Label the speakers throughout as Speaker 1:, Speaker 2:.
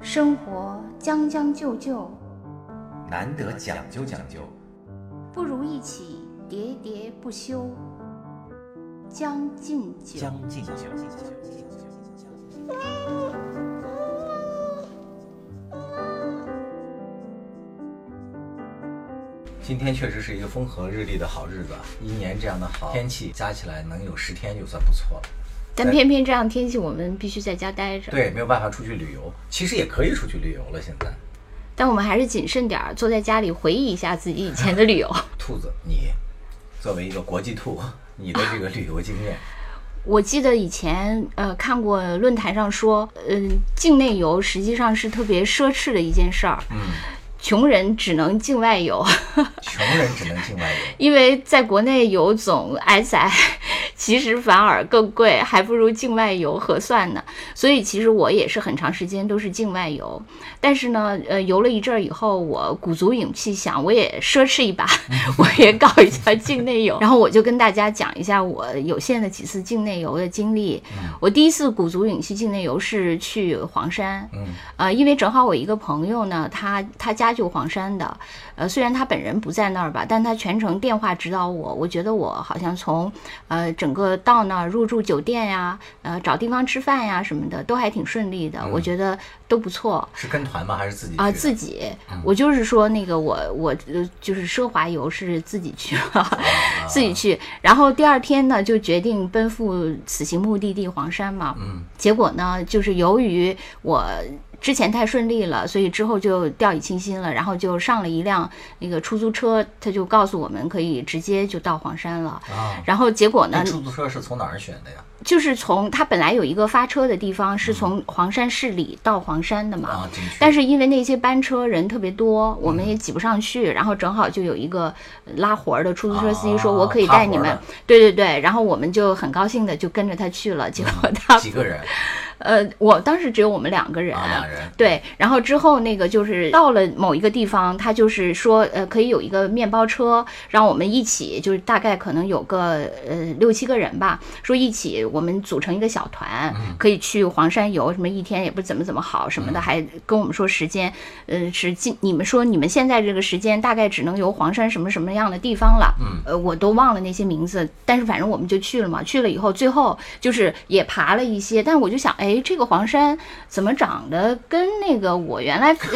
Speaker 1: 生活将将就就，
Speaker 2: 难得讲究讲究，
Speaker 1: 不如一起喋喋不休。将进酒，
Speaker 2: 将进酒。今天确实是一个风和日丽的好日子，啊！一年这样的好天气加起来能有十天就算不错了。
Speaker 3: 但偏偏这样天气，我们必须在家待着。
Speaker 2: 对，没有办法出去旅游，其实也可以出去旅游了。现在，
Speaker 3: 但我们还是谨慎点儿，坐在家里回忆一下自己以前的旅游。
Speaker 2: 兔子，你作为一个国际兔， 你的这个旅游经验，
Speaker 3: 我记得以前呃看过论坛上说，嗯、境内游实际上是特别奢侈的一件事儿，
Speaker 2: 嗯，
Speaker 3: 穷人只能境外游，
Speaker 2: 穷人只能境外游。
Speaker 3: 因为在国内游总挨宰， 其实反而更贵，还不如境外游合算呢。所以其实我也是很长时间都是境外游，但是呢，呃，游了一阵儿以后，我鼓足勇气想，我也奢侈一把， 我也搞一下境内游。然后我就跟大家讲一下我有限的几次境内游的经历。我第一次鼓足勇气境内游是去黄山，
Speaker 2: 嗯
Speaker 3: 呃，因为正好我一个朋友呢，他他家就黄山的，呃，虽然他本人不在那儿吧，但他全程电话指导我。我觉得我好像从呃整个到那儿入住酒店呀，呃找地方吃饭呀什么的，都还挺顺利的，我觉得都不错。
Speaker 2: 是跟团吗？还是自己去
Speaker 3: 啊、
Speaker 2: 的
Speaker 3: 自己，
Speaker 2: 嗯
Speaker 3: 我就是说那个我我呃就是奢华游是自己去
Speaker 2: 啊
Speaker 3: 了， 自己去。然后第二天呢，就决定奔赴此行目的地黄山嘛。
Speaker 2: 嗯，
Speaker 3: 结果呢，就是由于我。之前太顺利了，所以之后就掉以轻心了，然后就上了一辆那个出租车，他就告诉我们可以直接就到黄山了。
Speaker 2: 啊。
Speaker 3: 然后结果呢
Speaker 2: 那，出租车是从哪儿选的呀？
Speaker 3: 就是从他本来有一个发车的地方，是从黄山市里到黄山的嘛。
Speaker 2: 嗯啊，景区。
Speaker 3: 但是因为那些班车人特别多，我们也挤不上去，然后正好就有一个拉活儿的出租车司机说：“
Speaker 2: 啊
Speaker 3: 我可以
Speaker 2: 拉
Speaker 3: 带你
Speaker 2: 活儿
Speaker 3: 们
Speaker 2: 的。”
Speaker 3: 对对对，然后我们就很高兴的就跟着他去了。结果他
Speaker 2: 几个人
Speaker 3: 呃，我当时只有我们两个人。
Speaker 2: 嗯啊，两人。
Speaker 3: 对，然后之后那个就是到了某一个地方，他就是说，呃，可以有一个面包车，让我们一起，就是大概可能有个呃六七个人吧，说一起我们组成一个小团，可以去黄山游，什么一天也不怎么怎么好什么的，还跟我们说时间，呃，是今你们说你们现在这个时间大概只能游黄山什么什么样的地方了，
Speaker 2: 嗯，
Speaker 3: 呃，我都忘了那些名字，但是反正我们就去了嘛，去了以后最后就是也爬了一些，但我就想，哎，这个黄山怎么长得跟那个我原来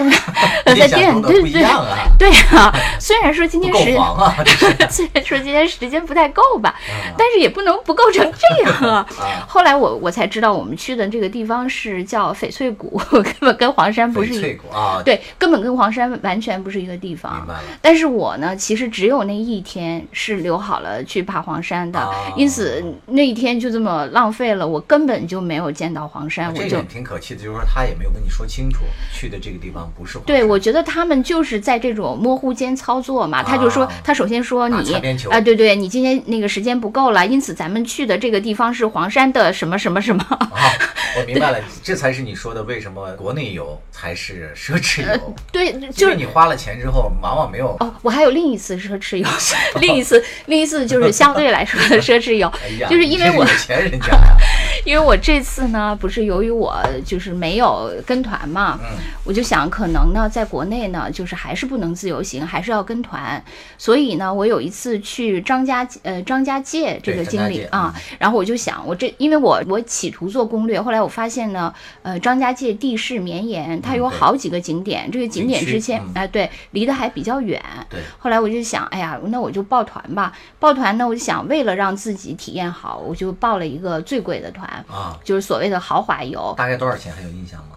Speaker 3: 呃
Speaker 2: 跟
Speaker 3: 在
Speaker 2: 想
Speaker 3: 店
Speaker 2: 中的
Speaker 3: 对
Speaker 2: 不
Speaker 3: 对
Speaker 2: 一
Speaker 3: 对
Speaker 2: 样啊，
Speaker 3: 对啊，虽然说今
Speaker 2: 不
Speaker 3: 天
Speaker 2: 够
Speaker 3: 时
Speaker 2: 黄啊，这是
Speaker 3: 虽然说今天时间不太够吧，
Speaker 2: 啊
Speaker 3: 但是也不能不够成这样啊。
Speaker 2: 啊，
Speaker 3: 后来我我才知道，我们去的这个地方是叫翡翠谷， 根本跟黄山不
Speaker 2: 翡
Speaker 3: 是一
Speaker 2: 翠谷啊，
Speaker 3: 对，啊根本跟黄山完全不是一个地方。
Speaker 2: 明白了。
Speaker 3: 但是我呢，其实只有那一天是留好了去爬黄山的，
Speaker 2: 啊
Speaker 3: 因此那一天就这么浪费了，我根本就没有见到黄山，我
Speaker 2: 啊这
Speaker 3: 就
Speaker 2: 个。挺可气的，就是说他也没有跟你说清楚，去的这个地方不是黄
Speaker 3: 对，
Speaker 2: 山
Speaker 3: 我觉得他们就是在这种模糊间操作嘛。他就说
Speaker 2: 啊，
Speaker 3: 他首先说
Speaker 2: 打
Speaker 3: 你
Speaker 2: 擦边球
Speaker 3: 啊，对对，你今天那个时间不够了，因此咱们去的这个地方是黄山的什么什么什么。
Speaker 2: 啊，我明白了，这才是你说的为什么国内游才是奢侈游，
Speaker 3: 对，
Speaker 2: 因
Speaker 3: 呃就
Speaker 2: 为
Speaker 3: 是
Speaker 2: 你花了钱之后，往往没有
Speaker 3: 哦，我还有另一次奢侈游， 另一次，另一次就是相对来说的奢侈游，
Speaker 2: 哎呀，
Speaker 3: 就是因为
Speaker 2: 你这
Speaker 3: 我
Speaker 2: 有钱人家 呀，
Speaker 3: 因为我这次呢，不是由于我就是没有跟团嘛，
Speaker 2: 嗯
Speaker 3: 我就想可能呢，在国内呢，就是还是不能自由行，还是要跟团。所以呢，我有一次去张家呃张家界这个
Speaker 2: 对张家
Speaker 3: 经
Speaker 2: 界嗯
Speaker 3: 历啊，然后我就想，我这因为我我企图做攻略，后来我发现呢，呃，张家界地势绵延，它
Speaker 2: 嗯
Speaker 3: 有
Speaker 2: 对
Speaker 3: 好几个景点，这个景点
Speaker 2: 景区
Speaker 3: 之间哎、
Speaker 2: 嗯
Speaker 3: 对离得还比较远，
Speaker 2: 对，
Speaker 3: 后来我就想，哎呀，那我就报团吧。报团呢，我就想为了让自己体验好，我就报了一个最贵的团，
Speaker 2: 啊，
Speaker 3: 就是所谓的豪华游。
Speaker 2: 大概多少钱还有印象吗？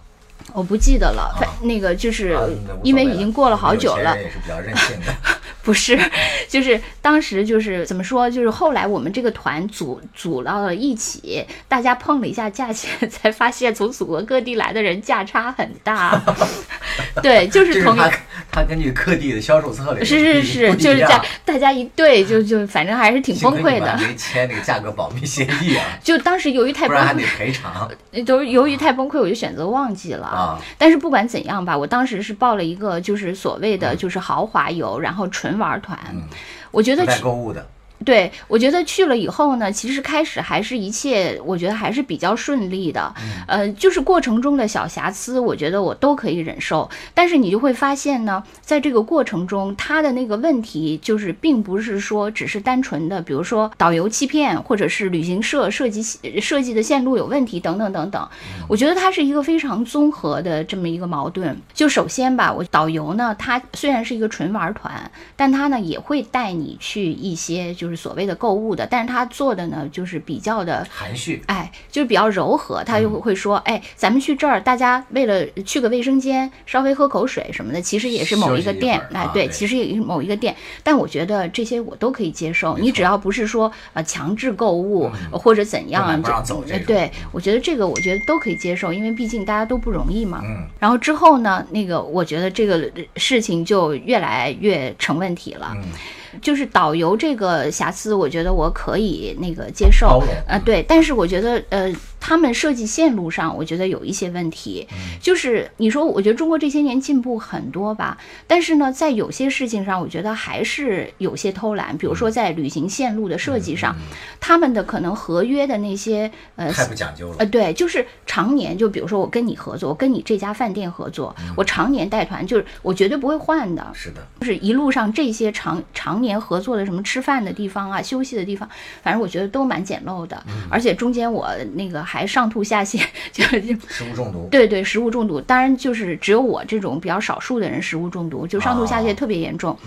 Speaker 3: 我不记得了，反
Speaker 2: 啊
Speaker 3: 那个就是
Speaker 2: 啊那无所谓
Speaker 3: 因为已经过了好久
Speaker 2: 有钱
Speaker 3: 了
Speaker 2: 人，也是比较任性的。
Speaker 3: 不是， 就是当时就是怎么说，就是后来我们这个团组组到了一起，大家碰了一下价钱， 才发现从祖国各地来的人价差很 大。对，就
Speaker 2: 这
Speaker 3: 是
Speaker 2: 是
Speaker 3: 同一
Speaker 2: 他他根据各地的销售策略，
Speaker 3: 是是是，就是
Speaker 2: 在
Speaker 3: 在大家一对就就反正还是挺崩溃的。
Speaker 2: 没签那个价格保密协议啊，
Speaker 3: 就当时由于 太
Speaker 2: 不
Speaker 3: 崩
Speaker 2: 然还得赔偿
Speaker 3: 溃，都由于太崩溃，我就选择忘记了。
Speaker 2: 啊。
Speaker 3: 但是不管怎样吧，我当时是报了一个就是所谓的就是豪华游，然后纯玩团。
Speaker 2: 嗯，
Speaker 3: 我觉
Speaker 2: 不
Speaker 3: 得
Speaker 2: 带购物的，
Speaker 3: 对，我觉得去了以后呢，其实开始还是一切，我觉得还是比较顺利的。呃，就是过程中的小瑕疵，我觉得我都可以忍受。但是你就会发现呢，在这个过程中，他的那个问题就是，并不是说只是单纯的，比如说导游欺骗，或者是旅行社设计呃设计的线路有问题等等等等。我觉得它是一个非常综合的这么一个矛盾。就首先吧，我导游呢，他虽然是一个纯玩团，但他呢也会带你去一些就是所谓的购物的，但是他做的呢就是比较的。
Speaker 2: 含蓄，
Speaker 3: 哎，就是比较柔和，
Speaker 2: 嗯
Speaker 3: 他就会说，哎，咱们去这儿，大家为了去个卫生间，稍微喝口水什么的，其实也是某
Speaker 2: 休
Speaker 3: 一
Speaker 2: 息
Speaker 3: 个
Speaker 2: 一
Speaker 3: 店
Speaker 2: 会，儿
Speaker 3: 哎
Speaker 2: 啊，
Speaker 3: 对，
Speaker 2: 对
Speaker 3: 其实也是某一个店。但我觉得这些我都可以接受，你只要不是说呃强制购物
Speaker 2: 嗯
Speaker 3: 或者怎
Speaker 2: 不
Speaker 3: 样呃
Speaker 2: 让，不让走这种
Speaker 3: 对，我觉得这个我觉得都可以接受，因为毕竟大家都不容易嘛。
Speaker 2: 嗯，
Speaker 3: 然后之后呢，那个我觉得这个呃事情就越来越成问题了。
Speaker 2: 嗯
Speaker 3: 就是导游这个瑕疵，我觉得我可以那个接
Speaker 2: 包
Speaker 3: 受
Speaker 2: 容，
Speaker 3: 呃，对，但是我觉得呃，他们设计线路上，我觉得有一些问题。
Speaker 2: 嗯
Speaker 3: 就是你说，我觉得中国这些年进步很多吧，但是呢，在有些事情上，我觉得还是有些偷懒，比如
Speaker 2: 嗯
Speaker 3: 说在旅行线路的设计上，他们的可能合约的那些呃
Speaker 2: 太不讲究
Speaker 3: 呃，
Speaker 2: 了，
Speaker 3: 对，就是常年，就比如说我跟你合作，我跟你这家饭店合作，我常年带团，就是我绝对不会换的，
Speaker 2: 是的，
Speaker 3: 就是一路上这些常常年合作的什么吃饭的地方啊、休息的地方，反正我觉得都蛮简陋的，而且中间我那个还上吐下泻， 就是就
Speaker 2: 食物中毒，
Speaker 3: 对对，食物中毒，当然就是只有我这种比较少数的人食物中毒，就上吐下泻
Speaker 2: 哦
Speaker 3: 特别严重。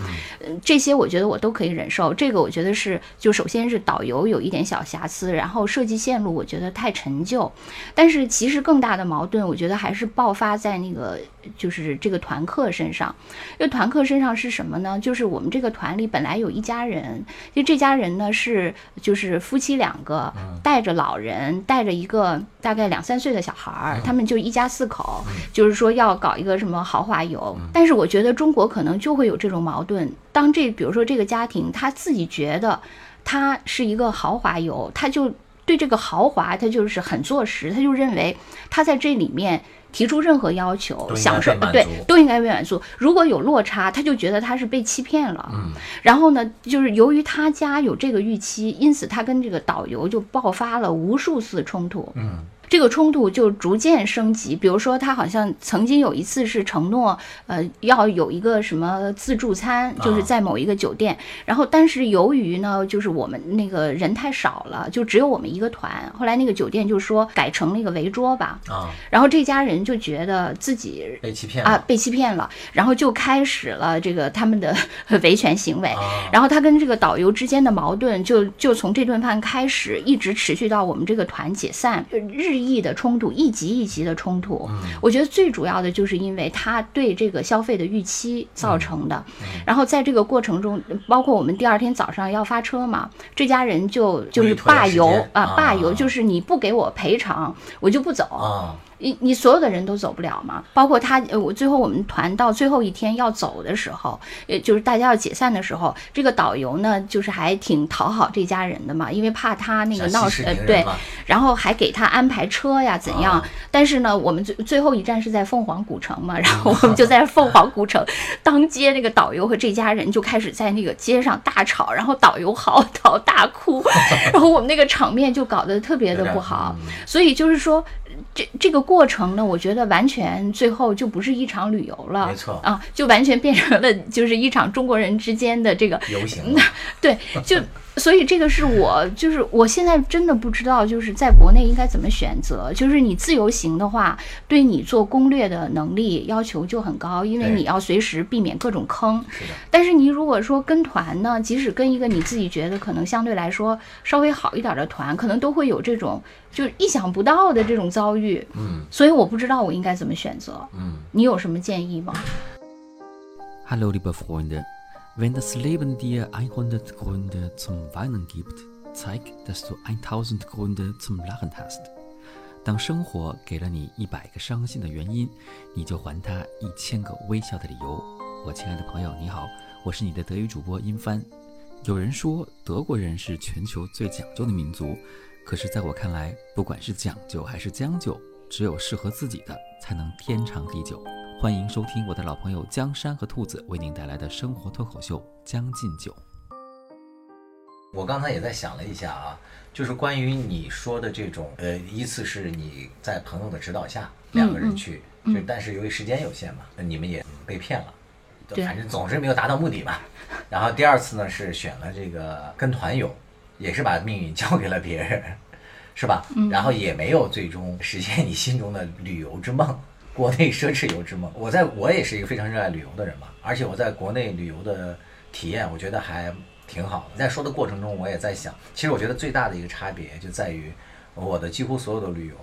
Speaker 3: 嗯，这些我觉得我都可以忍受。这个我觉得是，就首先是导游有一点小瑕疵，然后设计线路我觉得太陈旧。但是其实更大的矛盾，我觉得还是爆发在那个就是这个团客身上。因为团客身上是什么呢？就是我们这个团里本来有一家人，就这家人呢是就是夫妻两个，带着老人，带着一个大概两三岁的小孩儿，他们就一家四口，就是说要搞一个什么豪华游。但是我觉得中国可能就会有这种矛盾，当这比如说这个家庭他自己觉得他是一个豪华游，他就。对这个豪华，他就是很坐实，他就认为他在这里面提出任何要求
Speaker 2: 都，应该
Speaker 3: 享受
Speaker 2: 被满
Speaker 3: 对
Speaker 2: 足
Speaker 3: 都应该被满足。如果有落差，他就觉得他是被欺骗了。嗯，然后呢，就是由于他家有这个预期，因此他跟这个导游就爆发了无数次冲突。
Speaker 2: 嗯，
Speaker 3: 这个冲突就逐渐升级。比如说，他好像曾经有一次是承诺，呃，要有一个什么自助餐，就是
Speaker 2: 啊
Speaker 3: 在某一个酒店。然后，但是由于呢，就是我们那个人太少了，就只有我们一个团。后来那个酒店就说改成了一个围桌吧。
Speaker 2: 啊，
Speaker 3: 然后这家人就觉得自己
Speaker 2: 被欺骗
Speaker 3: 啊
Speaker 2: 了，
Speaker 3: 被欺骗了，然后就开始了这个他们的 维权行为。
Speaker 2: 啊，
Speaker 3: 然后他跟这个导游之间的矛盾就就从这顿饭开始，一直持续到我们这个团解散，呃日益的冲突，一级一级的冲突。
Speaker 2: 嗯
Speaker 3: 我觉得最主要的就是因为他对这个消费的预期
Speaker 2: 嗯
Speaker 3: 造成的。然后在这个过程中，包括我们第二天早上要发车嘛，这家人就就是
Speaker 2: 故意拖延
Speaker 3: 罢
Speaker 2: 时
Speaker 3: 游
Speaker 2: 间
Speaker 3: 啊，罢游
Speaker 2: 啊
Speaker 3: 就是你不给我赔偿，我就不走。
Speaker 2: 啊，
Speaker 3: 你你所有的人都走不了嘛，包括他，呃，我最后我们团到最后一天要走的时候，也就是大家要解散的时候，这个导游呢，就是还挺讨好这家人的嘛，因为怕他那个
Speaker 2: 想息
Speaker 3: 闹
Speaker 2: 事
Speaker 3: 事，呃
Speaker 2: 宁，人
Speaker 3: 对
Speaker 2: 嘛，
Speaker 3: 然后还给他安排车呀怎样
Speaker 2: 啊？
Speaker 3: 但是呢，我们最最后一站是在凤凰古城嘛，然后我 们就在凤凰古城当街，那个导游和这家人就开始在那个街上大吵，然后导游嚎 啕大哭， 然后我们那个场面就搞得特别的不
Speaker 2: 嗯
Speaker 3: 好。所以就是说，这这个过程呢，我觉得完全最后就不是一场旅游了，
Speaker 2: 没错
Speaker 3: 啊，就完全变成了就是一场中国人之间的这个
Speaker 2: 游行了，
Speaker 3: 对，就 所以这个是我就是我现在真的不知道，就是在国内应该怎么选择。就是你自由行的话，对你做攻略的能力要求就很高，因为
Speaker 2: 对
Speaker 3: 你要随时避免各种坑。
Speaker 2: 是的，
Speaker 3: 但是你如果说跟团呢，即使跟一个你自己觉得可能相对来说稍微好一点的团，可能都会有这种就是意想不到的这种遭遇。
Speaker 2: 嗯
Speaker 3: 所以我不知道我应该怎么选择，
Speaker 2: 嗯，
Speaker 3: 你有什么建议吗？
Speaker 4: Hallo liebe Freunde, wenn das Leben dir 100 Gründe zum Weinen gibt, zeig, dass du 1000 Gründe zum Lachen hast. 当生活给了你一百个伤心的原因，你就还他一千个微笑的理由。我亲爱的朋友，你好，我是你的德语主播殷帆。有人说德国人是全球最讲究的民族，可是在我看来，不管是讲究还是将就，只有适合自己的才能天长地久。欢迎收听我的老朋友江山和兔子为您带来的生活脱口秀《将进酒》。
Speaker 2: 我刚才也在想了一下啊，就是关于你说的这种，呃，依次是你在朋友的指导下两个人去，就但是由于时间有限嘛，你们也嗯被骗了，
Speaker 3: 对
Speaker 2: 反正总是没有达到目的嘛。然后第二次呢是选了这个跟团游，也是把命运交给了别人，是吧？然后也没有最终实现你心中的旅游之梦。 国内奢侈游之梦，我在我也是一个非常热爱旅游的人嘛，而且我在国内旅游的体验，我觉得还挺好的。在说的过程中，我也在想，其实我觉得最大的一个差别就在于，我的几乎所有的旅游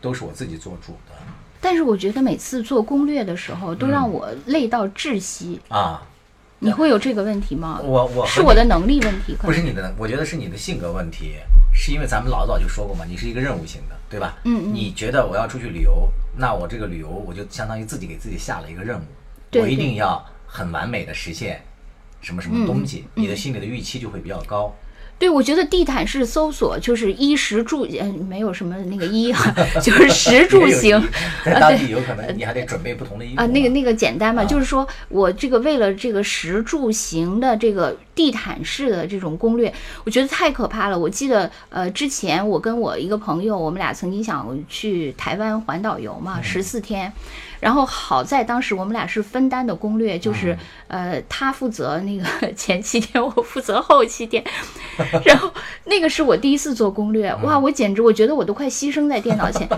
Speaker 2: 都是我自己做主的
Speaker 3: 但是我觉得每次做攻略的时候，都让我累到窒息。
Speaker 2: 啊。
Speaker 3: 你会有这个问题吗？
Speaker 2: 我我和
Speaker 3: 是
Speaker 2: 你
Speaker 3: 我的能力问题，可
Speaker 2: 不
Speaker 3: 能
Speaker 2: 是你的，我觉得是你的性格问题，是因为咱们老早就说过嘛，你是一个任务型的，对吧？
Speaker 3: 嗯嗯
Speaker 2: 你觉得我要出去旅游，那我这个旅游我就相当于自己给自己下了一个任务，
Speaker 3: 对
Speaker 2: 我一
Speaker 3: 对嗯
Speaker 2: 定要很完美的实现什么什么东西，你的心里的预期就会比较高。
Speaker 3: 对，我觉得地毯式搜索就是衣食住，呃，没有什么那个衣啊， 就是食住
Speaker 2: 也有
Speaker 3: 行
Speaker 2: 一， 在当地有可能你还得准备不同的衣服
Speaker 3: 啊，那个
Speaker 2: 嘛
Speaker 3: 那个简单嘛，
Speaker 2: 啊
Speaker 3: 就是说我这个为了这个食住行的这个地毯式的这种攻略，我觉得太可怕了。我记得呃，之前我跟我一个朋友，我们俩曾经想去台湾环岛游嘛，十四天。然后好在当时我们俩是分担的攻略，就是、呃，他负责那个 前七天，我负责后七天。然后那个是我第一次做攻略，哇，我简直我觉得我都快牺牲在电脑前，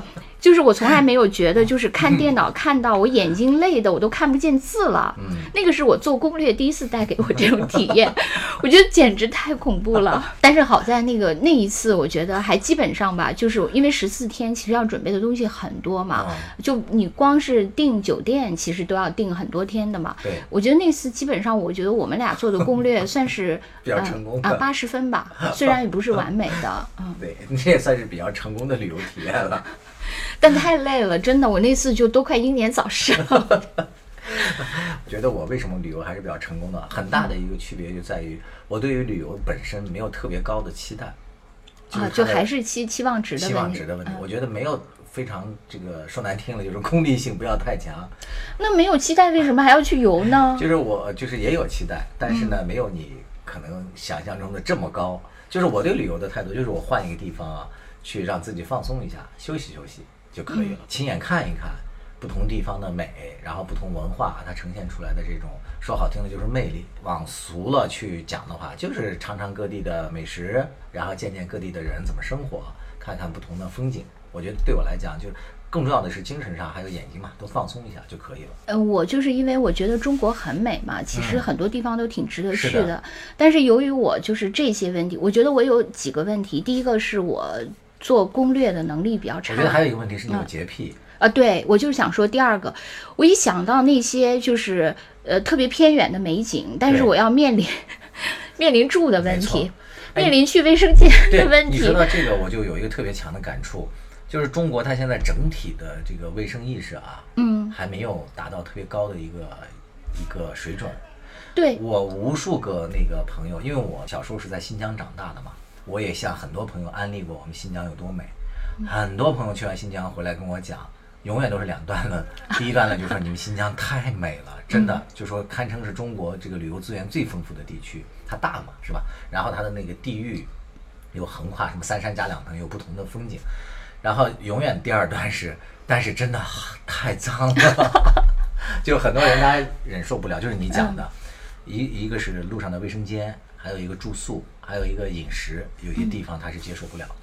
Speaker 3: 就是我从来没有觉得就是看电脑看到我眼睛累的我都看不见字了，那个是我做攻略第一次带给我这种体验， 我觉得简直太恐怖了。但是好在那个那一次，我觉得还基本上吧，就是因为十四天其实要准备的东西很多嘛，
Speaker 2: 嗯
Speaker 3: 就你光是订酒店其实都要订很多天的嘛，
Speaker 2: 对，
Speaker 3: 我觉得那次基本上，我觉得我们俩做的攻 略算是
Speaker 2: 比较成功
Speaker 3: 呃
Speaker 2: 的
Speaker 3: 啊，八十分 吧，虽然也不是完美的，嗯，
Speaker 2: 对， 这也算是比较成功的旅游体验了。
Speaker 3: 但太累了，真的，我那次就都快英年早逝了。
Speaker 2: 觉得我为什么旅游还是比较成功的，很大的一个区别就在于我对于旅游本身没有特别高的期待，
Speaker 3: 啊，就
Speaker 2: 就
Speaker 3: 是
Speaker 2: 它的
Speaker 3: 还是期期望值的问题。嗯
Speaker 2: 期望值的问题，我觉得没有非常这个说难听了，就是功利性不要太强。
Speaker 3: 那没有期待，为什么还要去游呢？
Speaker 2: 就是我就是也有期待，但是呢，没有你可能想象中的这么高。就是我对旅游的态度，就是我换一个地方啊，去让自己放松一下，休息休息就可以了，亲眼看一看不同地方的美，然后不同文化它呈现出来的这种说好听的就是魅力。往俗了去讲的话，就是尝尝各地的美食，然后见见各地的人怎么生活，看看不同的风景。我觉得对我来讲，就是更重要的是精神上还有眼睛嘛，都放松一下就可以了。
Speaker 3: 呃，我就是因为我觉得中国很美嘛，其实很多地方都挺值得去
Speaker 2: 嗯是的
Speaker 3: 但是由于我就是这些问题，我觉得我有几个问题。第一个是我做攻略的能力比较差，
Speaker 2: 我觉得还有一个问题是你有洁癖。
Speaker 3: 啊，对，我就是想说第二个，我一想到那些就是呃特别偏远的美景，但是
Speaker 2: 对
Speaker 3: 我要面临 面临住的问
Speaker 2: 没错
Speaker 3: 题，
Speaker 2: 哎
Speaker 3: 面临去卫生间的
Speaker 2: 对，
Speaker 3: 问
Speaker 2: 你
Speaker 3: 题
Speaker 2: 说，到这个，我就有一个特别强的感触，就是中国它现在整体的这个卫生意识啊，
Speaker 3: 嗯，
Speaker 2: 还没有达到特别高的一个一个水准。
Speaker 3: 对，
Speaker 2: 我无数个那个朋友，因为我小时候是在新疆长大的嘛，我也向很多朋友安利过我们新疆有多美。很多朋友去完新疆回来跟我讲，永远都是两段论。第一段呢，就说你们新疆太美了，真的，就说堪称是中国这个旅游资源最丰富的地区，它大嘛，是吧？然后它的那个地域有横跨什么三山加两腾，有不同的风景。然后永远第二段是， 但是真的太脏了， 就很多人他忍受不了，就是你讲的，一一个是路上的卫生间，还有一个住宿，还有一个饮食，有些地方他是接受不了的。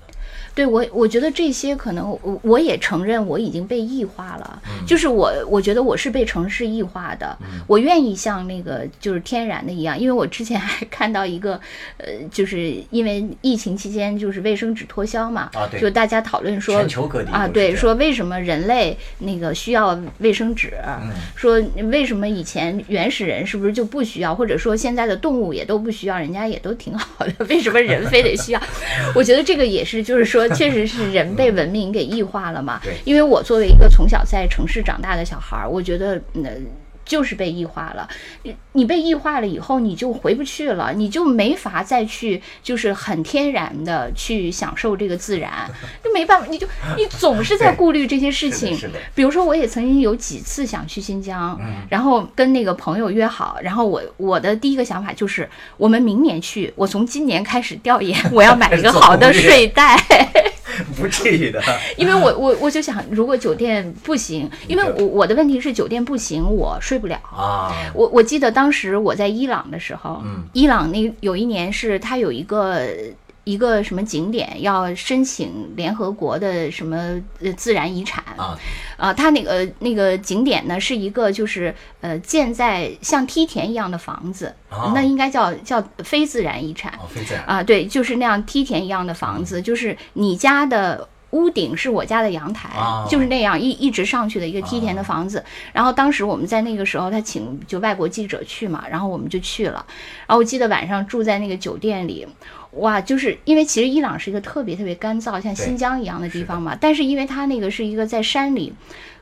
Speaker 3: 对我，我觉得这些可能我我也承认我已经被异化了，
Speaker 2: 嗯
Speaker 3: 就是我我觉得我是被城市异化的，我愿意像那个就是天然的一样，因为我之前还看到一个，呃，就是因为疫情期间就是卫生纸脱销嘛，
Speaker 2: 啊对
Speaker 3: 就大家讨论说
Speaker 2: 全球各地
Speaker 3: 啊，
Speaker 2: 都是这
Speaker 3: 对，
Speaker 2: 样
Speaker 3: 说为什么人类那个需要卫生纸，
Speaker 2: 嗯
Speaker 3: 说为什么以前原始人是不是就不需要，或者说现在的动物也都不需要，人家也都挺好的， 为什么人非得需要？ 我觉得这个也是，就是说，确实是人被文明给异化了嘛。
Speaker 2: 对
Speaker 3: 因为我作为一个从小在城市长大的小孩儿，我觉得嗯。就是被异化了。你你被异化了以后，你就回不去了，你就没法再去就是很天然的去享受这个自然，就没办法，你就你总是在顾虑这些事情。
Speaker 2: 是的，
Speaker 3: 比如说，我也曾经有几次想去新疆，
Speaker 2: 嗯
Speaker 3: 然后跟那个朋友约好，然后我我的第一个想法就是，我们明年去，我从今年开始调研，我要买一个好的睡 袋，
Speaker 2: 不至于的。
Speaker 3: 因为我我我就想，如果酒店不行，因为我我的问题是酒店不行，我睡不了。
Speaker 2: 啊，
Speaker 3: 我我记得当时我在伊朗的时候，
Speaker 2: 嗯
Speaker 3: 伊朗那有一年是它有一个一个什么景点要申请联合国的什么呃自然遗产
Speaker 2: 啊，
Speaker 3: 啊，它那个那个景点呢是一个就是呃建在像梯田一样的房子，
Speaker 2: 哦
Speaker 3: 那应该叫叫非自然遗产
Speaker 2: 哦，非自然
Speaker 3: 啊，对，就是那样梯田一样的房
Speaker 2: 嗯
Speaker 3: 子，就是你家的。屋顶是我家的阳台，
Speaker 2: 哦
Speaker 3: 就是那样一一直上去的一个梯田的房子。然后当时我们在那个时候，他请就外国记者去嘛，然后我们就去了。然后我记得晚上住在那个酒店里，哇，就是因为其实伊朗是一个特别特别干燥，像
Speaker 2: 对
Speaker 3: 新疆一样的
Speaker 2: 是
Speaker 3: 地
Speaker 2: 的
Speaker 3: 方嘛，但是因为它那个是一个在山里，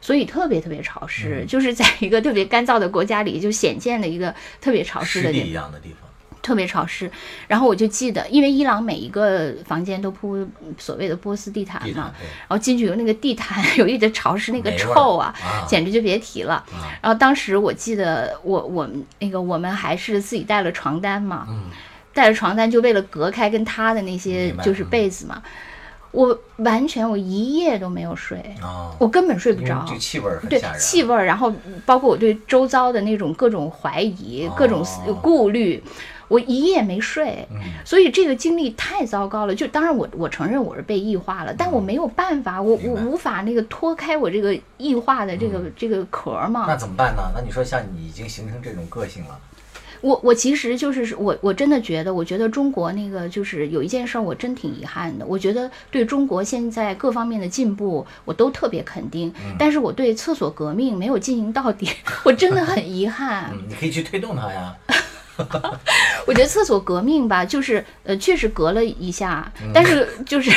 Speaker 3: 所以特别特别潮
Speaker 2: 嗯
Speaker 3: 湿，就是在一个特别干燥的国家里，就显见了一个特别潮湿
Speaker 2: 湿
Speaker 3: 的
Speaker 2: 地
Speaker 3: 地
Speaker 2: 一样的地方。
Speaker 3: 特别潮湿。然后我就记得，因为伊朗每一个房间都铺所谓的波斯地毯
Speaker 2: 地
Speaker 3: 嘛
Speaker 2: 毯，对
Speaker 3: 然后进去有那个地毯， 有一点潮啊湿，那个
Speaker 2: 霉味儿
Speaker 3: 臭啊，
Speaker 2: 啊
Speaker 3: 简直就别提了。
Speaker 2: 啊
Speaker 3: 然后当时我记得我我们那个我们还是自己带了床单嘛，
Speaker 2: 嗯
Speaker 3: 带了床单就为了隔开跟他的那些
Speaker 2: 明白
Speaker 3: 就是
Speaker 2: 嗯
Speaker 3: 被子嘛，我完全我一夜都没有睡，
Speaker 2: 啊，
Speaker 3: 我根本睡不
Speaker 2: 因为
Speaker 3: 着。
Speaker 2: 这气味儿很
Speaker 3: 对
Speaker 2: 吓人。啊
Speaker 3: 气味儿，然后包括我对周遭的那种各种怀疑、各种思
Speaker 2: 哦
Speaker 3: 顾虑，我一夜没睡。
Speaker 2: 嗯，
Speaker 3: 所以这个经历太糟糕了，就当然我我承认我是被异化了，但我没有办法，我我
Speaker 2: 嗯明白嗯
Speaker 3: 无法那个脱开我这个异化的这个、这个壳儿嘛。
Speaker 2: 那怎么办呢？那你说像你已经形成这种个性了，
Speaker 3: 我我其实就是我我真的觉得，我觉得中国那个就是有一件事儿，我真挺遗憾的。我觉得对中国现在各方面的进步，我都特别肯定，
Speaker 2: 嗯
Speaker 3: 但是我对厕所革命没有进行到底，我真的很遗憾。
Speaker 2: 嗯，你可以去推动它呀。
Speaker 3: 我觉得厕所革命吧，就是呃，确实革了一下，但是 就是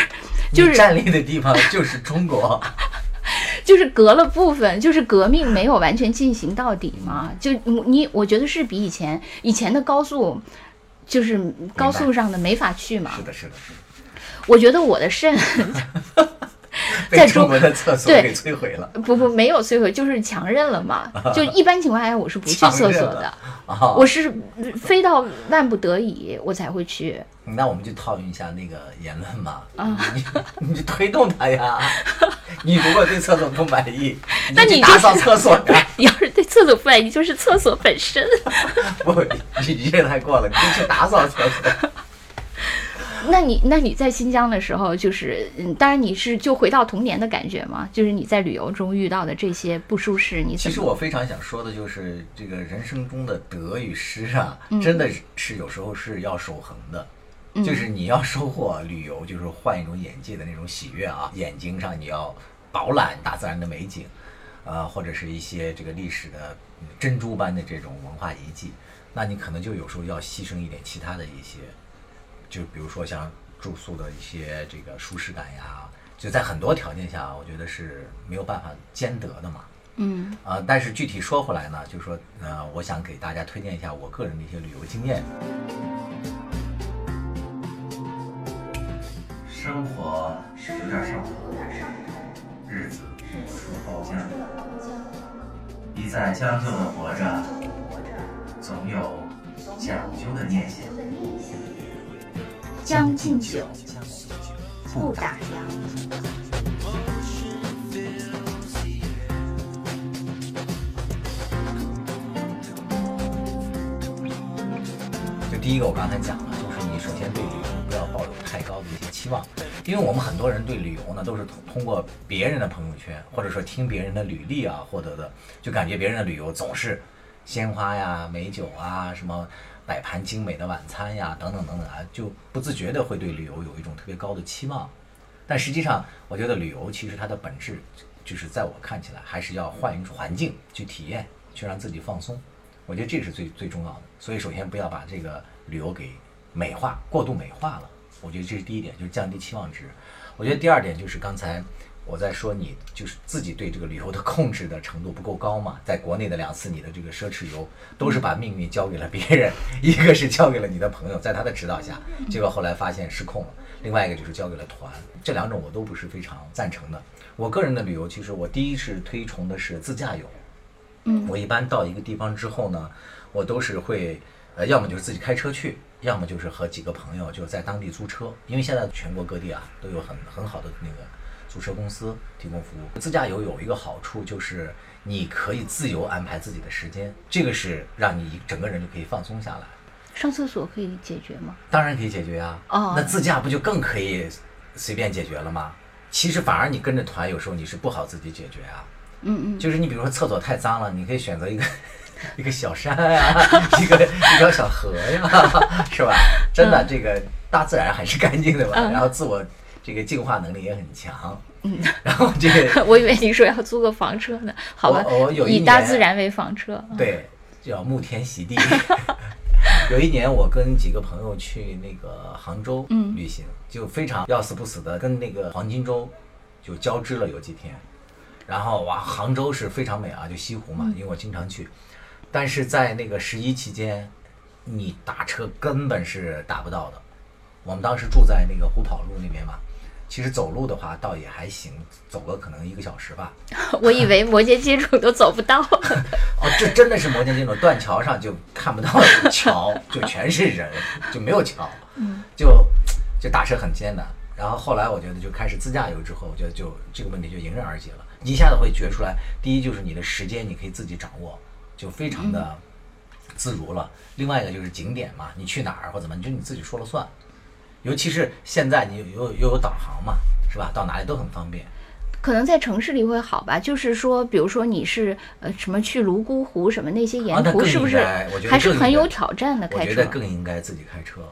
Speaker 3: 就
Speaker 2: 嗯你
Speaker 3: 是
Speaker 2: 站立的地方就是中国，
Speaker 3: 就是革了部分，就是革命没有完全进行到底嘛。就你，我觉得是比以前以前的高速。就是高速上的没法去嘛，
Speaker 2: 是的，是的，是的，
Speaker 3: 我觉得我的肾在
Speaker 2: 被
Speaker 3: 中
Speaker 2: 中国的厕所
Speaker 3: 对
Speaker 2: 给摧毁了
Speaker 3: 不不没有摧毁，就是强韧了 嘛。就一般情况下我是不去厕所
Speaker 2: 强韧
Speaker 3: 的
Speaker 2: 了，啊！
Speaker 3: 我是非到万不得已我才会去。
Speaker 2: 那我们就套用一下那个言论嘛，
Speaker 3: 啊
Speaker 2: 你 你就推动它 呀。你如果对厕所不满意，
Speaker 3: 那
Speaker 2: 你
Speaker 3: 你
Speaker 2: 去
Speaker 3: 就
Speaker 2: 打
Speaker 3: 是
Speaker 2: 扫厕所呀。
Speaker 3: 你 要是对厕所不满意，就是厕所本 身。
Speaker 2: 不，你你这太过了，你就去打扫厕所。
Speaker 3: 那你那你在新疆的时候，就是嗯，当然你是就回到童年的感觉嘛，就是你在旅游中遇到的这些不舒适，你
Speaker 2: 其
Speaker 3: 怎
Speaker 2: 实
Speaker 3: 么？
Speaker 2: 我非常想说的就是，这个人生中的得与失啊，
Speaker 3: 嗯
Speaker 2: 真的是有时候是要守恒的。就是 你要收获旅游，就是换一种眼界的那种喜悦啊，眼睛上你要饱览大自然的美景，啊，或者是一些这个历史的嗯珍珠般的这种文化遗迹，那你可能就有时候要牺牲一点其他的一些就比如说像住宿的一些这个舒适感呀，就在很多条件下，我觉得是没有办法兼得的嘛。
Speaker 3: 嗯，
Speaker 2: 啊、但是具体说回来呢，就是说，呃，我想给大家推荐一下我个人的一些旅游经验。生活有点上头，日子出豆浆，你在将就的活着，总有讲究的念想。
Speaker 1: 将进酒，不打
Speaker 2: 嗯
Speaker 1: 烊。
Speaker 2: 就第一个，我刚才讲了，就是你首先对旅游不要抱有太高的一些期望，因为我们很多人对旅游呢都是通通过别人的朋友圈，或者说听别人的履历啊获得的，就感觉别人的旅游总是鲜花呀、美酒啊、什么摆盘精美的晚餐呀等等等等啊，就不自觉的会对旅游有一种特别高的期望。但实际上，我觉得旅游其实它的本质就是在我看起来，还是要换一种环境去体验，去让自己放松。我觉得这个是最最重要的。所以，首先不要把这个旅游给美化、过度美化了。我觉得这是第一点，就是降低期望值。我觉得第二点就是刚才我在说你就是自己对这个旅游的控制的程度不够高嘛。在国内的两次你的这个奢侈游，都是把命运交给了别人，一个是交给了你的朋友，在他的指导下，结果后来发现失控了；另外一个就是交给了团，这两种我都不是非常赞成的。我个人的旅游，其实我第一是推崇的是自驾游。
Speaker 3: 嗯，
Speaker 2: 我一般到一个地方之后呢，我都是会，呃，要么就是自己开车去，要么就是和几个朋友就在当地租车，因为现在全国各地啊都有很很好的那个租车公司提供服务。自驾游有一个好处就是你可以自由安排自己的时间，这个是让你整个人就可以放松下来。
Speaker 3: 上厕所可以解决吗？
Speaker 2: 当然可以解决啊，
Speaker 3: 哦
Speaker 2: 那自驾不就更可以随便解决了吗？其实反而你跟着团，有时候你是不好自己解决啊。
Speaker 3: 嗯 嗯，
Speaker 2: 就是你比如说厕所太脏了，你可以选择一个 一个小山呀、一个一条小河呀、 是吧？真的，这个大自然还是干净的嘛。然后自我这个净化能力也很强。嗯，然后这个
Speaker 3: 我以为你说要租个房车呢，好吧
Speaker 2: 我我有，一
Speaker 3: 以大
Speaker 2: 年
Speaker 3: 自然为房车。
Speaker 2: 对，叫沐天席地。 有一年，我跟几个朋友去那个杭州旅行，就非常要死不死的跟那个黄金周就交织了有几天。然后哇，杭州是非常美啊，就西湖嘛，因为我经常去。但是在那个十一期间，你打车根本是打不到的。我们当时住在那个虎跑路那边嘛，其实走路的话倒也还行，走个可能一个小时吧。
Speaker 3: 我以为摩羯接触都走不到。
Speaker 2: 哦，这真的是摩天那种断桥上就看不到桥，就全是人，就没有桥，就就打车很艰难。然后后来我觉得就开始自驾游之后，我觉得就这个问题就迎刃而解了。你一下子会觉出来，第一就是你的时间你可以自己掌握，就非常的自如了。另外一个就是景点嘛，你去哪儿或怎么，你就你自己说了算。尤其是现在你又又又有导航嘛，是吧？到哪里都很方便。
Speaker 3: 可能在城市里会好吧，就是说，比如说你是呃什么去泸沽湖什么那些沿
Speaker 2: 啊那
Speaker 3: 途，
Speaker 2: 更
Speaker 3: 是不是
Speaker 2: 应该我觉得
Speaker 3: 还是
Speaker 2: 更
Speaker 3: 很
Speaker 2: 应该
Speaker 3: 有挑战的？
Speaker 2: 我
Speaker 3: 开
Speaker 2: 觉
Speaker 3: 车
Speaker 2: 得更应该自己开车。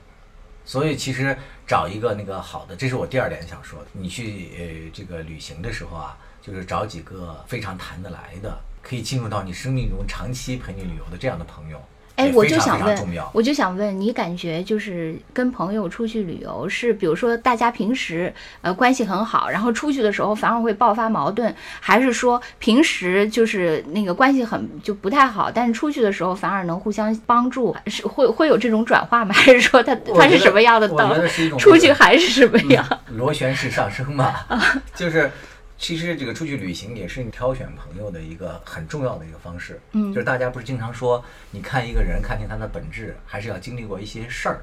Speaker 2: 所以其实找一个那个好的，这是我第二点想说的。你去呃这个旅行的时候啊，就是找几个非常谈得来的，可以进入到你生命中长期陪你旅游的这样的朋友，
Speaker 3: 哎
Speaker 2: 也，
Speaker 3: 我
Speaker 2: 非
Speaker 3: 就
Speaker 2: 常
Speaker 3: 想
Speaker 2: 非常重
Speaker 3: 问
Speaker 2: 要，。
Speaker 3: 我就想问你，感觉就是跟朋友出去旅游是，比如说大家平时呃关系很好，然后出去的时候反而会爆发矛盾，还是说平时就是那个关系很就不太好，但是出去的时候反而能互相帮助，是会会有这种转化吗？还是说它
Speaker 2: 我
Speaker 3: 它
Speaker 2: 觉
Speaker 3: 是
Speaker 2: 得
Speaker 3: 什么样的
Speaker 2: 我
Speaker 3: 道
Speaker 2: 觉得是一种
Speaker 3: 出
Speaker 2: 这
Speaker 3: 去
Speaker 2: 个
Speaker 3: 还是什么
Speaker 2: 嗯
Speaker 3: 样？
Speaker 2: 螺旋式上升嘛， 就是其实这个出去旅行也是你挑选朋友的一个很重要的一个方式。嗯，就是大家不是经常说，你看一个人，看清他的本质，还是要经历过一些事儿，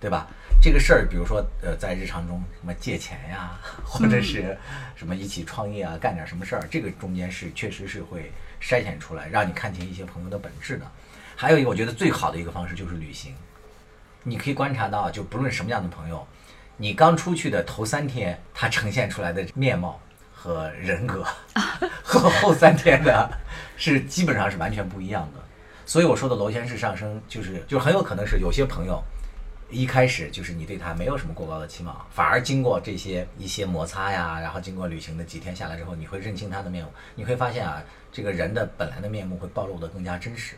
Speaker 2: 对吧？这个事儿，比如说呃，在日常中什么借钱呀， 或者是什么一起创业啊，干点什么事儿，这个中间是确实是会筛选出来，让你看清一些朋友的本质的。还有一个，我觉得最好的一个方式就是旅行。你可以观察到，就不论什么样的朋友，你刚出去的头三天，他呈现出来的面貌和人格， 和后三天的是基本上是完全不一样的。所以我说的螺旋式上升，就是就很有可能是有些朋友一开始就是你对他没有什么过高的期望，反而经过这些一些摩擦呀，然后经过旅行的几天下来之后，你会认清他的面目，你会发现啊，这个人的本来的面目会暴露得更加真实。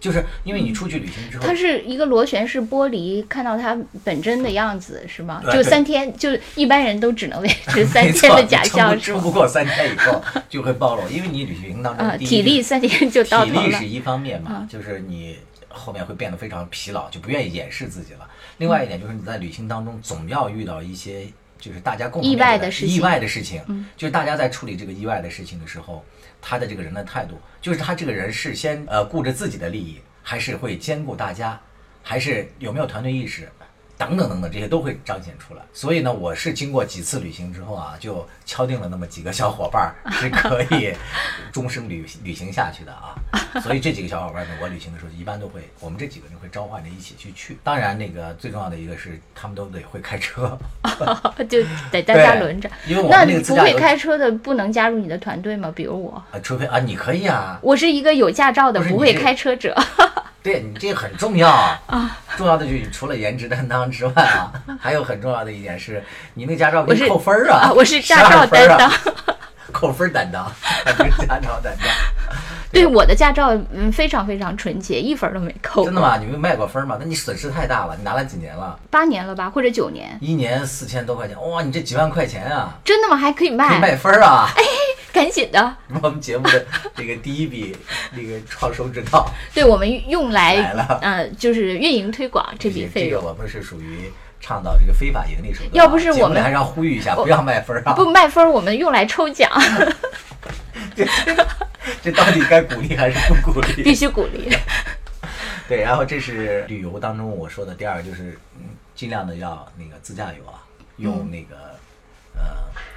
Speaker 2: 就是因为你出去旅行之后，
Speaker 3: 它是一个螺旋式剥离，看到它本真的样子是吗？
Speaker 2: 嗯哎对
Speaker 3: 就
Speaker 2: 对
Speaker 3: 三天，就一般人都只能维持三
Speaker 2: 没
Speaker 3: 天
Speaker 2: 错
Speaker 3: 的
Speaker 2: 你
Speaker 3: 假
Speaker 2: 撑
Speaker 3: 象
Speaker 2: 不
Speaker 3: 是
Speaker 2: 撑不
Speaker 3: 吗？
Speaker 2: 过三天以后就会暴露，因为你旅行当中
Speaker 3: 啊，
Speaker 2: 第一
Speaker 3: 体力三天就到
Speaker 2: 体
Speaker 3: 头
Speaker 2: 力
Speaker 3: 了啊
Speaker 2: 是。一方面嘛，就是你后面会变得非常疲劳，就不愿意掩饰自己了。另外一点就是你在旅行当中总要遇到一些就是大家共同
Speaker 3: 意
Speaker 2: 面对
Speaker 3: 外
Speaker 2: 的
Speaker 3: 的事情嗯
Speaker 2: 意外的事情，就是大家在处理这个意外的事情的时候，他的这个人的态度，就是他这个人是先呃顾着自己的利益，还是会兼顾大家，还是有没有团队意识。等等等等，这些都会彰显出来。所以呢，我是经过几次旅行之后啊，就敲定了那么几个小伙伴儿是可 以终生旅旅行下去的啊。所以这几个小伙伴呢，我旅行的时候一般都会，我们这几个人会召唤着一起去去。当然，那个最重要的一个是他们都得会开车，
Speaker 3: 哦就得大家
Speaker 2: 对
Speaker 3: 轮着。
Speaker 2: 因为我
Speaker 3: 那
Speaker 2: 们那
Speaker 3: 你
Speaker 2: 个自
Speaker 3: 不
Speaker 2: 驾
Speaker 3: 会
Speaker 2: 游，
Speaker 3: 开车的不能加入你的团队吗？比如我，
Speaker 2: 啊，除非啊，你可以啊，
Speaker 3: 我是一个有驾照的
Speaker 2: 不是
Speaker 3: 不
Speaker 2: 你
Speaker 3: 会
Speaker 2: 是
Speaker 3: 开车者。
Speaker 2: 对你这个很重要啊。重要的就是除了颜值担当之外啊，还有很重要的一点是，你那驾照给
Speaker 3: 我
Speaker 2: 你
Speaker 3: 是
Speaker 2: 扣分儿啊
Speaker 3: 啊我是驾
Speaker 2: 12
Speaker 3: 照
Speaker 2: 分儿啊
Speaker 3: 担
Speaker 2: 扣分儿担当，还不是驾照担当。
Speaker 3: 对我的驾照，嗯，非常非常纯洁，一分儿都没扣。
Speaker 2: 真的？吗？你们卖过分吗？那你损失太大了，你拿了几年了？
Speaker 3: 八年了吧，或者九年？
Speaker 2: 一年四千多块钱，哇，你这几万块钱啊，
Speaker 3: 真的吗？还可以
Speaker 2: 可以
Speaker 3: 卖？
Speaker 2: 卖分儿啊！
Speaker 3: 赶紧的，
Speaker 2: 我们节目的这个第一笔那个创收之道，
Speaker 3: 对我们用来
Speaker 2: 来了
Speaker 3: 呃，就是运营推广这笔费
Speaker 2: 这个
Speaker 3: 用。
Speaker 2: 我们是属于倡导这个非法盈利手段啊。
Speaker 3: 要不是我们
Speaker 2: 节目里还是要呼吁一下，不要卖分儿啊！
Speaker 3: 不卖分儿，我们用来抽奖，
Speaker 2: 这到底该鼓励还是不鼓励？
Speaker 3: 必须鼓励。
Speaker 2: 对，然后这是旅游当中我说的第二个，就是嗯尽量的要那个自驾游啊，用那个、呃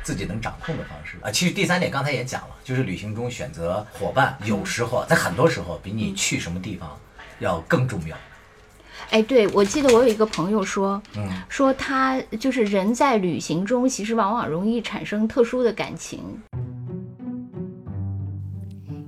Speaker 2: 自己能掌控的方式啊。其实第三点刚才也讲了，就是旅行中选择伙伴，有时候啊在很多时候比你去什么地方要更重要。
Speaker 3: 哎，对，我记得我有一个朋友说，
Speaker 2: 嗯
Speaker 3: 说他就是人在旅行中，其实往往容易产生特殊的感情。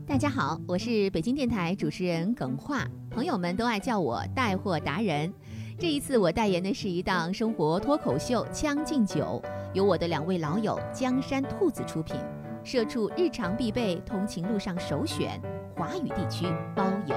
Speaker 5: 大家好，我是北京电台主持人耿化，朋友们都爱叫我带货达人。这一次我代言的是一档生活脱口秀《将进酒》，由我的两位老友江山兔子出品，社畜日常必备，通勤路上首选，华语地区包邮。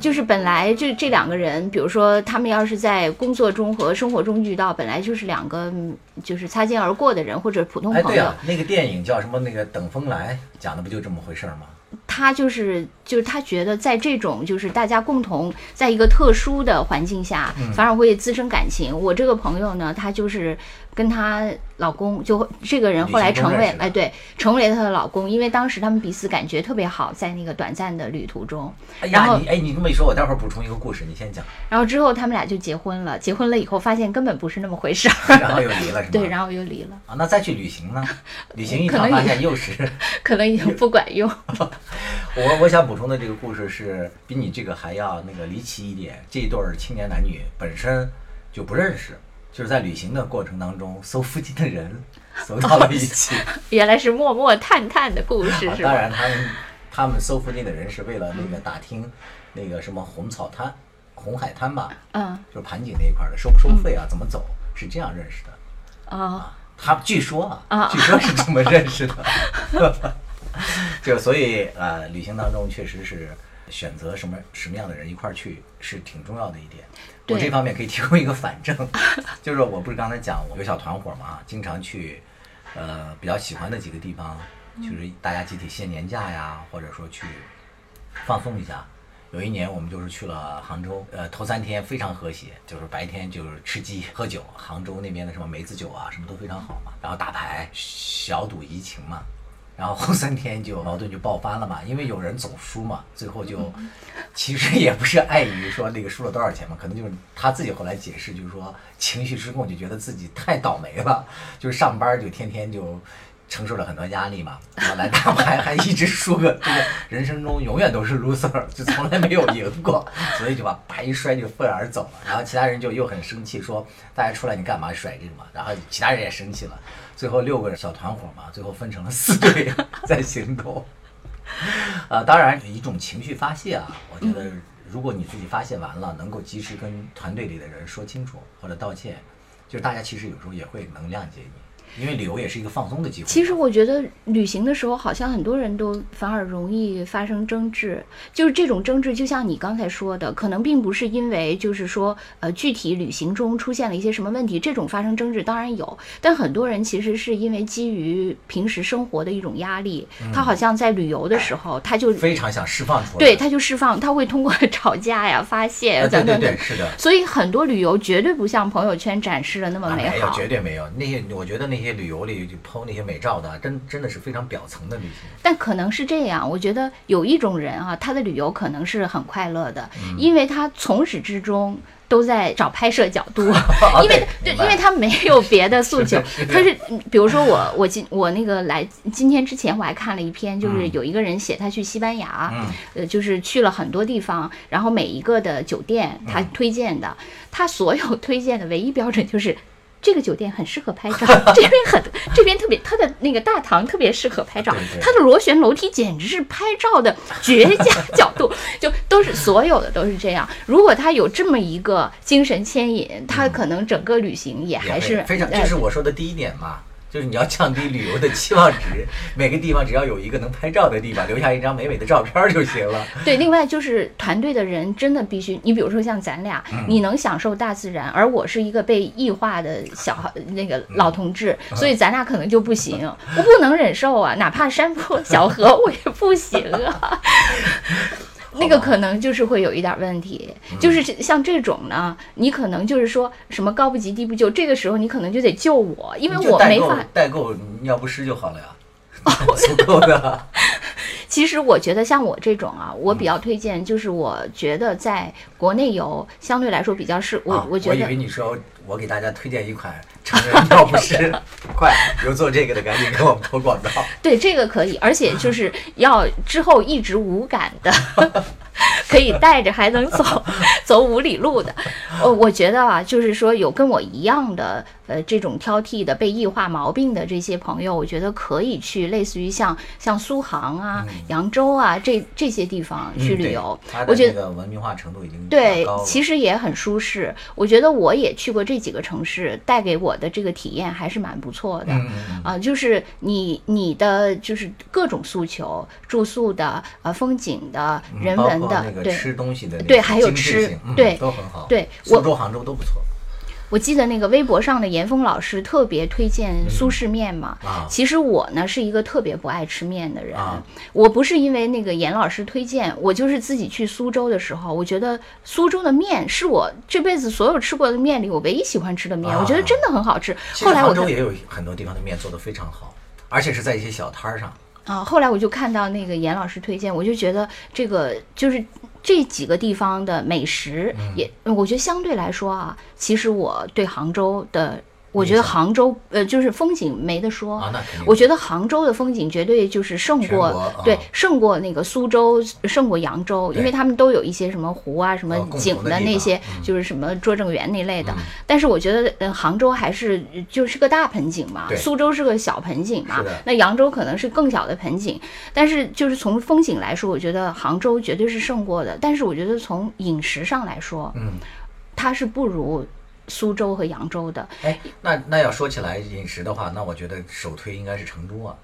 Speaker 3: 就是本来这这两个人，比如说他们要是在工作中和生活中遇到，本来就是两个嗯就是擦肩而过的人或者普通
Speaker 2: 哎，
Speaker 3: 朋
Speaker 2: 对
Speaker 3: 友，
Speaker 2: 啊，那个电影叫什么？那个《等风来》讲的不就这么回事儿吗？
Speaker 3: 他就是就是他觉得在这种就是大家共同在一个特殊的环境下，
Speaker 2: 嗯
Speaker 3: 反而会滋生感情。我这个朋友呢，她就是跟她老公就这个人后来成
Speaker 2: 旅
Speaker 3: 为
Speaker 2: 行中认识的
Speaker 3: 哎对，成为了她的老公，因为当时他们彼此感觉特别好，在那个短暂的旅途中，
Speaker 2: 哎
Speaker 3: 然
Speaker 2: 呀，
Speaker 3: 后
Speaker 2: 你哎，你这么一说，我待会儿补充一个故事，你 先讲。
Speaker 3: 然后之后他们俩就结婚了。结婚了以后发现根本不是那么回事 儿，
Speaker 2: 然后又离了是吗？
Speaker 3: 对，然后又离了，
Speaker 2: 啊，那再去旅行呢？旅行一
Speaker 3: 可
Speaker 2: 趟
Speaker 3: 能
Speaker 2: 发
Speaker 3: 也
Speaker 2: 现又是。
Speaker 3: 可能已经不管用。
Speaker 2: 我我想补充的这个故事是比你这个还要那个离奇一点。这一对儿青年男女本身就不认识，就是在旅行的过程当中搜附近的人，搜到了一起。
Speaker 3: 原来是默默探探的故事
Speaker 2: 啊
Speaker 3: 哦是
Speaker 2: 当
Speaker 3: 吧？
Speaker 2: 然，他们他们搜附近的人是为了那个打听那个什么红草滩、红海滩吧，
Speaker 3: 嗯
Speaker 2: 就是盘锦那一块儿的收不收费啊，怎么走，是这样认识的。
Speaker 3: 啊
Speaker 2: 他据说啊
Speaker 3: 啊，
Speaker 2: 据说是这么认识的， 就所以呃，旅行当中确实是选择什么什么样的人一块儿去是挺重要的一点。我
Speaker 3: 对
Speaker 2: 这方面可以提供一个反证， 就是我不是刚才讲我有小团伙嘛，经常去呃比较喜欢的几个地方，就是大家集体歇年假呀，或者说去放松一下。有一年我们就是去了杭州，呃，头三天非常和谐，就是白天就是吃鸡喝酒，杭州那边的什么梅子酒啊，什么都非常好嘛，然后打牌小赌怡情嘛，然后后三天就矛盾就爆发了嘛，因为有人总输嘛，最后就 其实也不是碍于说那个输了多少钱嘛，可能就是他自己后来解释，就是说情绪失控，就觉得自己太倒霉了，就是上班就天天就承受了很多压力嘛，然后来打牌还一直输个，这个人生中永远都是 loser，就从来没有赢过，所以就把牌一摔就愤而走了。然后其他人就又很生气，说大家出来你干嘛甩这个嘛？然后其他人也生气了，最后六个小团伙嘛，最后分成了四队 在行动。呃，当然一种情绪发泄啊，我觉得如果你自己发泄完了，能够及时跟团队里的人说清楚或者道歉，就是大家其实有时候也会能谅解你，因为旅游也是一个放松的机会。
Speaker 3: 其实我觉得旅行的时候，好像很多人都反而容易发生争执。就是这种争执，就像你刚才说的，可能并不是因为就是说，呃，具体旅行中出现了一些什么问题，这种发生争执当然有，但很多人其实是因为基于平时生活的一种压力，他好像在旅游的时候，他就
Speaker 2: 嗯非常想释放出来。
Speaker 3: 对他就释放，他会通过 吵架呀、发泄呀
Speaker 2: 呃对
Speaker 3: 等
Speaker 2: 对
Speaker 3: 等
Speaker 2: 对，
Speaker 3: 等。
Speaker 2: 是的。
Speaker 3: 所以很多旅游绝对不像朋友圈展示的那么
Speaker 2: 啊
Speaker 3: 美
Speaker 2: 没有，
Speaker 3: 好。
Speaker 2: 绝对没有。那些我觉得那些旅游里就抛那些美照的，啊真真的是非常表层的旅行。
Speaker 3: 但可能是这样，我觉得有一种人啊，他的旅游可能是很快乐的，因为他从始至终都在找拍摄角 度，因为对，
Speaker 2: 明
Speaker 3: 因
Speaker 2: 白
Speaker 3: 为他没有别的诉求，他是嗯比如说我我今我那个来今天之前我还看了一篇，就是有一个人写他去西班牙，
Speaker 2: 嗯
Speaker 3: 呃，就是去了很多地方，然后每一个的酒店他推荐的，他所有推荐的唯一标准就是。这个酒店很适合拍照，这边很这边特别，它的那个大堂特别适合拍照
Speaker 2: 对，对
Speaker 3: 它的螺旋楼梯简直是拍照的绝佳角度，就都是所有的都是这样。如果他有这么一个精神牵引，他可能整个旅行也还
Speaker 2: 嗯也
Speaker 3: 是
Speaker 2: 会非常，
Speaker 3: 呃
Speaker 2: 这是我说的第一点嘛，就是你要降低旅游的期望值，每个地方只要有一个能拍照的地方，留下一张美美的照片就行了。
Speaker 3: 对，另外就是团队的人真的必须，你比如说像咱俩，
Speaker 2: 嗯
Speaker 3: 你能享受大自然，而我是一个被异化的小孩那个老同志，
Speaker 2: 嗯
Speaker 3: 所以咱俩可能就不行，我不能忍受啊，哪怕山坡小河我也不行啊。 那个可能就是会有一点问题，
Speaker 2: 嗯
Speaker 3: 就是这像这种呢，你可能就是说什么高不及低不就，这个时候你可能就得救我，因为
Speaker 2: 你就
Speaker 3: 我
Speaker 2: 代
Speaker 3: 没
Speaker 2: 购
Speaker 3: 法。哦
Speaker 2: 代购尿不湿就好了呀，足够的。
Speaker 3: 其实我觉得像我这种啊，我
Speaker 2: 嗯
Speaker 3: 比较推荐，就是我觉得在国内游相对来说比较适，我、
Speaker 2: 啊
Speaker 3: 我觉
Speaker 2: 以
Speaker 3: 得
Speaker 2: 为你说我给大家推荐一款成人尿不湿， 快有做这个的赶紧给我们投广告。
Speaker 3: 对这个可以，而且 就是要之后一直无感的。 可以带着还能走 走五里路的，呃，我觉得啊，就是说有跟我一样的呃这种挑剔的被异化毛病的这些朋友，我觉得可以去类似于像像苏杭啊、扬州啊这这些地方 去
Speaker 2: 嗯
Speaker 3: 旅
Speaker 2: 对
Speaker 3: 游，
Speaker 2: 它的
Speaker 3: 我觉得
Speaker 2: 那个文明化程度已经
Speaker 3: 对
Speaker 2: 比较高，了
Speaker 3: 其实也很舒适。我觉得我也去过这几个城市，带给我的这个体验还是蛮不错的。
Speaker 2: 嗯嗯嗯
Speaker 3: 啊、就是你你的就是各种诉求，住宿的、呃风景的、
Speaker 2: 嗯
Speaker 3: 人
Speaker 2: 包
Speaker 3: 文
Speaker 2: 括
Speaker 3: 的，
Speaker 2: 那个
Speaker 3: 对。
Speaker 2: 吃东西的那
Speaker 3: 对
Speaker 2: 个
Speaker 3: 还有
Speaker 2: 精致
Speaker 3: 吃
Speaker 2: 性嗯
Speaker 3: 对
Speaker 2: 都很好。
Speaker 3: 对我
Speaker 2: 苏州、杭州都不错
Speaker 3: 我记得那个微博上的严峰老师特别推荐
Speaker 2: 嗯
Speaker 3: 苏式面嘛。
Speaker 2: 啊。
Speaker 3: 其实我呢是一个特别不爱吃面的人，
Speaker 2: 啊
Speaker 3: 我不是因为那个严老师推荐，我就是自己去苏州的时候，我觉得苏州的面是我这辈子所有吃过的面里我唯一喜欢吃的面，
Speaker 2: 啊
Speaker 3: 我觉得真的很好吃。
Speaker 2: 其实
Speaker 3: 后来我
Speaker 2: 杭
Speaker 3: 看
Speaker 2: 州也有很多地方的面做得非常好，而且是在一些小摊儿上。
Speaker 3: 啊，后来我就看到那个严老师推荐，我就觉得这个就是这几个地方的美食
Speaker 2: 嗯
Speaker 3: 也，我觉得相对来说啊，其实我对杭州的，我觉得
Speaker 2: 印象
Speaker 3: 杭州呃就是风景没得说
Speaker 2: 啊那肯定
Speaker 3: 哦我觉得杭州的风景绝对就是胜
Speaker 2: 全
Speaker 3: 过、
Speaker 2: 国啊
Speaker 3: 对胜过那个苏州，胜过扬州，因为
Speaker 2: 对
Speaker 3: 他们都有一些什么湖啊、什么
Speaker 2: 啊共
Speaker 3: 景
Speaker 2: 同的地
Speaker 3: 那
Speaker 2: 方
Speaker 3: 些，
Speaker 2: 嗯
Speaker 3: 就是什么拙政园那类的。但是我觉得呃杭州还是呃就是个大盆景嘛，
Speaker 2: 对
Speaker 3: 苏州是个小盆景嘛
Speaker 2: 是的，
Speaker 3: 那扬州可能是更小的盆景。但是就是从风景来说，我觉得杭州绝对是胜过的。但是我觉得从饮食上来说，
Speaker 2: 嗯，
Speaker 3: 它是不如苏州和扬州的。
Speaker 2: 哎，那那要说起来饮食的话，那我觉得首推应该是成都啊。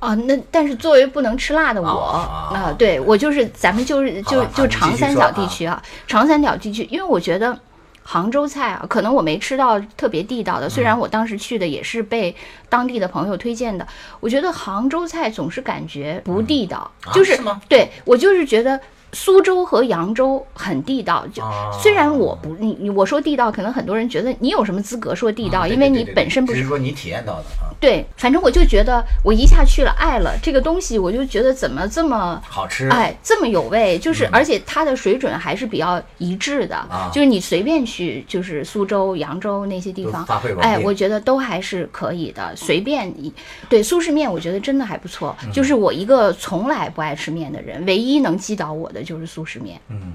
Speaker 3: 啊，那但是作为不能吃辣的我，
Speaker 2: 啊
Speaker 3: 啊
Speaker 2: 啊，啊
Speaker 3: 对我就是咱们就是
Speaker 2: 好
Speaker 3: 就
Speaker 2: 吧好
Speaker 3: 就
Speaker 2: 你继
Speaker 3: 长
Speaker 2: 续
Speaker 3: 三
Speaker 2: 说
Speaker 3: 角
Speaker 2: 啊
Speaker 3: 地区啊，长三角地区，因为我觉得杭州菜啊，可能我没吃到特别地道的，虽
Speaker 2: 嗯
Speaker 3: 然我当时去的也是被当地的朋友推荐的，我觉得杭州菜总是感觉不地道，
Speaker 2: 啊
Speaker 3: 就是
Speaker 2: 是吗
Speaker 3: 对我就是觉得。苏州和扬州很地道，就、
Speaker 2: 啊
Speaker 3: 虽然我不你你我说地道，可能很多人觉得你有什么资格说地道，
Speaker 2: 啊对
Speaker 3: 因为
Speaker 2: 对
Speaker 3: 你
Speaker 2: 对对
Speaker 3: 本身不
Speaker 2: 只
Speaker 3: 是
Speaker 2: 是说你体验到的啊，
Speaker 3: 对，反正我就觉得我一下去了，爱了这个东西，我就觉得怎么这么。
Speaker 2: 好吃。
Speaker 3: 哎，这么有味，就是而且它的水准还是比较一致的，
Speaker 2: 嗯啊
Speaker 3: 就是你随便去，就是苏州、扬州那些地
Speaker 2: 都
Speaker 3: 方
Speaker 2: 发挥，完
Speaker 3: 哎，
Speaker 2: 毕
Speaker 3: 我觉得都还是可以的，随便你。对苏式面，我觉得真的还不错。
Speaker 2: 嗯
Speaker 3: 就是我一个从来不爱吃面的人，唯一能击倒我的就是苏式面。
Speaker 2: 嗯，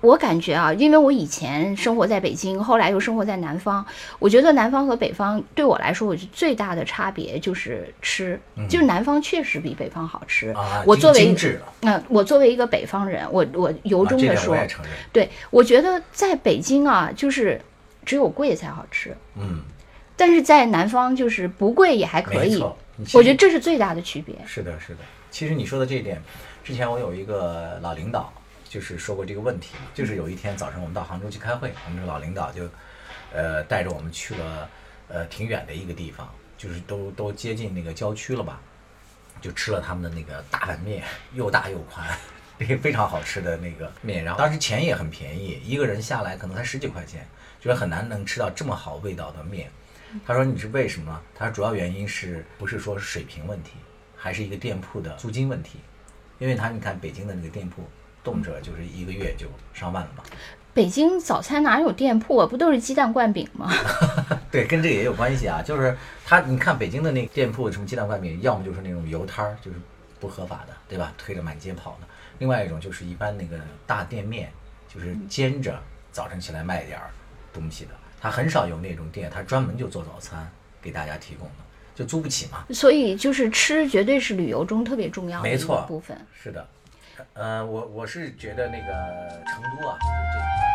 Speaker 3: 我感觉啊，因为我以前生活在北京，后来又生活在南方，我觉得南方和北方对我来说，我觉得最大的差别就是吃，就是南方确实比北方好吃。
Speaker 2: 嗯啊
Speaker 3: 我
Speaker 2: 精
Speaker 3: 作为
Speaker 2: 精致了
Speaker 3: 那、我作为一个北方人，我我由
Speaker 2: 啊
Speaker 3: 衷
Speaker 2: 这
Speaker 3: 的
Speaker 2: 点
Speaker 3: 说，
Speaker 2: 我也承认。
Speaker 3: 对我觉得在北京啊，就是只有贵才好吃，
Speaker 2: 嗯，
Speaker 3: 但是在南方就是不贵也还可
Speaker 2: 没
Speaker 3: 以
Speaker 2: 错。你其
Speaker 3: 我觉
Speaker 2: 实
Speaker 3: 得这是最大的区别。
Speaker 2: 是的，是的。其实你说的这一点，之前我有一个老领导，就是说过这个问题。就是有一天早上我们到杭州去开会，我们这老领导就，呃，带着我们去了，呃，挺远的一个地方，就是都都接近那个郊区了吧，就吃了他们的那个大碗面，又大又宽。这个非常好吃的那个面，然后当时钱也很便宜，一个人下来可能才十几块钱，觉得很难能吃到这么好味道的面。他说你是为什么？他说主要原因是不是说是水平问题，还是一个店铺的租金问题？因为他你看北京的那个店铺，动辄就是一个月就上万了嘛。
Speaker 3: 北京早餐哪有店铺啊？不都是鸡蛋灌饼吗？
Speaker 2: 对，跟这个也有关系啊。就是他，你看北京的那个店铺，什么鸡蛋灌饼，要么就是那种油摊儿，就是不合法的，对吧？推着满街跑的；另外一种就是一般那个大店面，就是兼着早晨起来卖点儿东西的。他很少有那种店，他专门就做早餐给大家提供的，就租不起嘛。
Speaker 3: 所以就是吃绝对是旅游中特别重要的
Speaker 2: 没
Speaker 3: 一个
Speaker 2: 错
Speaker 3: 部分。
Speaker 2: 是的，呃，我我是觉得那个成都啊，就这一块儿。